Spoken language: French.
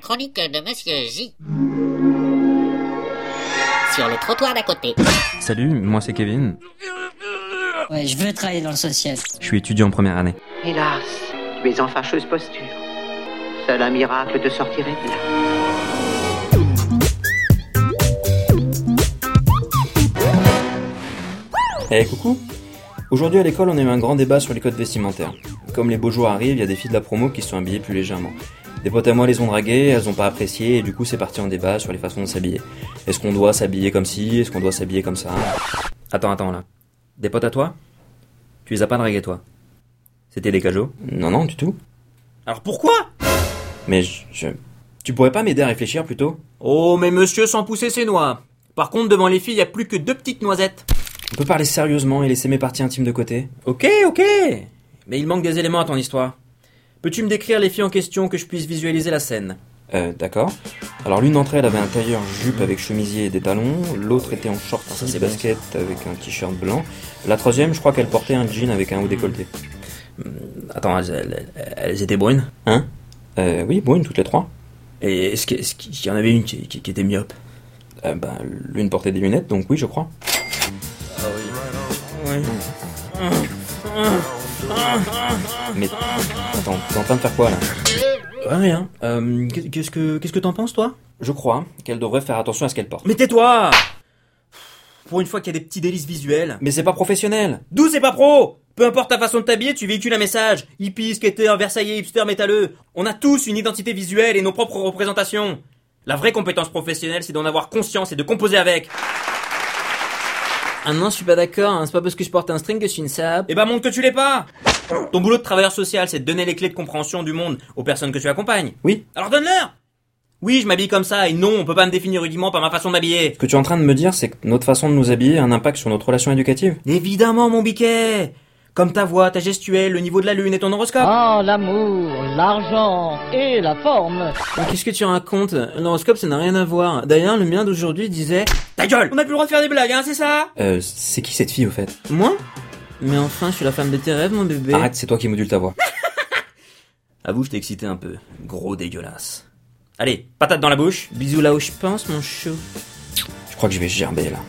chronique de Monsieur J. Sur le trottoir d'à côté. Salut, moi c'est Kevin. Ouais, je veux travailler dans le social. Je suis étudiant en première année. Hélas, tu es en fâcheuse posture. Seul un miracle te sortirait de là. Eh coucou Aujourd'hui à l'école, on a eu un grand débat sur les codes vestimentaires. Comme les beaux jours arrivent, il y a des filles de la promo qui sont habillées plus légèrement. Des potes à moi les ont draguées, elles ont pas apprécié, et du coup c'est parti en débat sur les façons de s'habiller. Est-ce qu'on doit s'habiller comme ci, est-ce qu'on doit s'habiller comme ça Attends, attends là. Des potes à toi Tu les as pas draguées toi C'était des cajots Non, non, du tout. Alors pourquoi Mais je... je- Tu pourrais pas m'aider à réfléchir plutôt Oh, mais monsieur sans pousser ses noix. Par contre, devant les filles, il y a plus que deux petites noisettes. On peut parler sérieusement et laisser mes parties intimes de côté Ok, ok. Mais il manque des éléments à ton histoire. Peux-tu me décrire les filles en question que je puisse visualiser la scène Euh, d'accord. Alors l'une d'entre elles avait un tailleur jupe avec chemisier et des talons, l'autre était en short Ça, petit c'est basket avec un t-shirt blanc, la troisième je crois qu'elle portait un jean avec un haut décolleté. Hmm, Attends, elles, elles- elles étaient brunes. Hein Euh, oui, brunes toutes les trois. Et est-ce que- est-ce qu'il y en avait une qui, qui- qui était myope Euh, ben, l'une portait des lunettes, donc oui je crois. Mais attends, t'es en train de faire quoi là Ouais, rien. Euh, qu'est-ce que qu'est-ce que t'en penses, toi Je crois qu'elle devrait faire attention à ce qu'elle porte. Mais tais-toi Pour une fois qu'il y a des petits délices visuels. Mais c'est pas professionnel D'où c'est pas pro Peu importe ta façon de t'habiller, tu véhicules un message. Hippie, skater, versaillais, hipster, métalleux. On a tous une identité visuelle et nos propres représentations. La vraie compétence professionnelle, c'est d'en avoir conscience et de composer avec. Ah non, je suis pas d'accord, c'est pas parce que je porte un string que je suis une sap. Eh bah montre que tu l'es pas Ton boulot de travailleur social, c'est de donner les clés de compréhension du monde aux personnes que tu accompagnes. Oui. Alors donne-leur Oui, je m'habille comme ça, et non, on peut pas me définir uniquement par ma façon d'habiller. Ce que tu es en train de me dire, c'est que notre façon de nous habiller a un impact sur notre relation éducative Évidemment, mon biquet Comme ta voix, ta gestuelle, le niveau de la lune et ton horoscope Ah, l'amour, l'argent et la forme. Qu'est-ce que tu racontes L'horoscope, ça n'a rien à voir. D'ailleurs, le mien d'aujourd'hui disait... Ta gueule On a plus le droit de faire des blagues, hein, c'est ça Euh, c'est qui cette fille au fait Moi Mais enfin, je suis la femme de tes rêves, mon bébé. Arrête, c'est toi qui modules ta voix. Avoue, je t'ai excité un peu. Gros dégueulasse. Allez, patate dans la bouche. Bisous là où je pense, mon chou. Je crois que je vais gerber là.